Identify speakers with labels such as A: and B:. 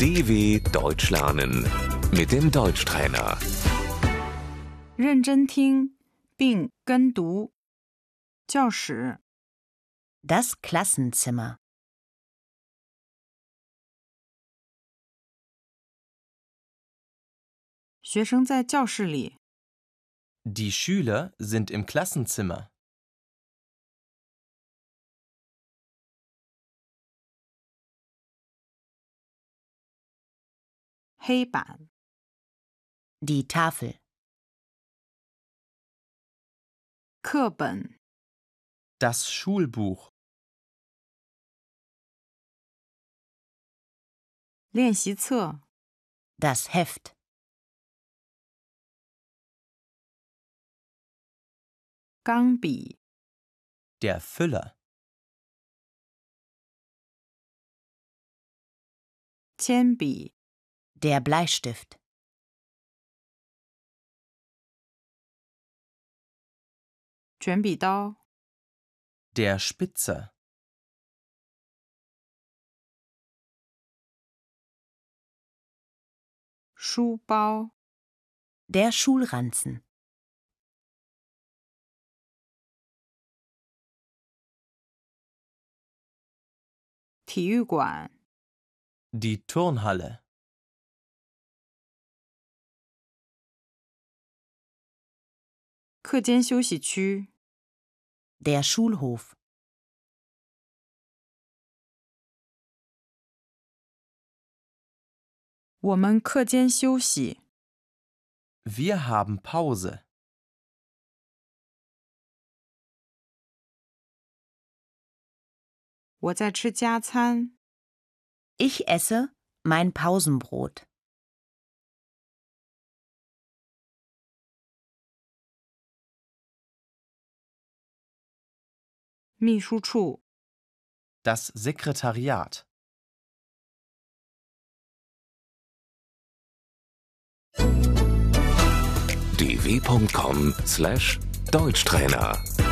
A: DW Deutsch lernen mit dem Deutschtrainer.
B: 认真听并跟读。教室，
C: Das Klassenzimmer.
B: 学生在教室里。
D: Die Schüler sind im Klassenzimmer.
B: 黑板，
C: Die Tafel.
B: 课本，
D: Das Schulbuch.
B: 练习册，
C: Das Heft.
B: 钢笔，
D: Der Füller.
B: 铅笔，
C: Der Bleistift.
B: 卷笔刀，
D: Der Spitzer.
B: 书包，
C: Der Schulranzen.
B: 体育馆，
D: Die Turnhalle.
B: 课间休息区，
C: Der Schulhof.
B: 我们课间休息。
D: Wir haben Pause.
B: 我在吃加餐，
C: Ich esse mein Pausenbrot.
B: 秘书处，
D: Das Sekretariat.
A: dw.com/deutschtrainer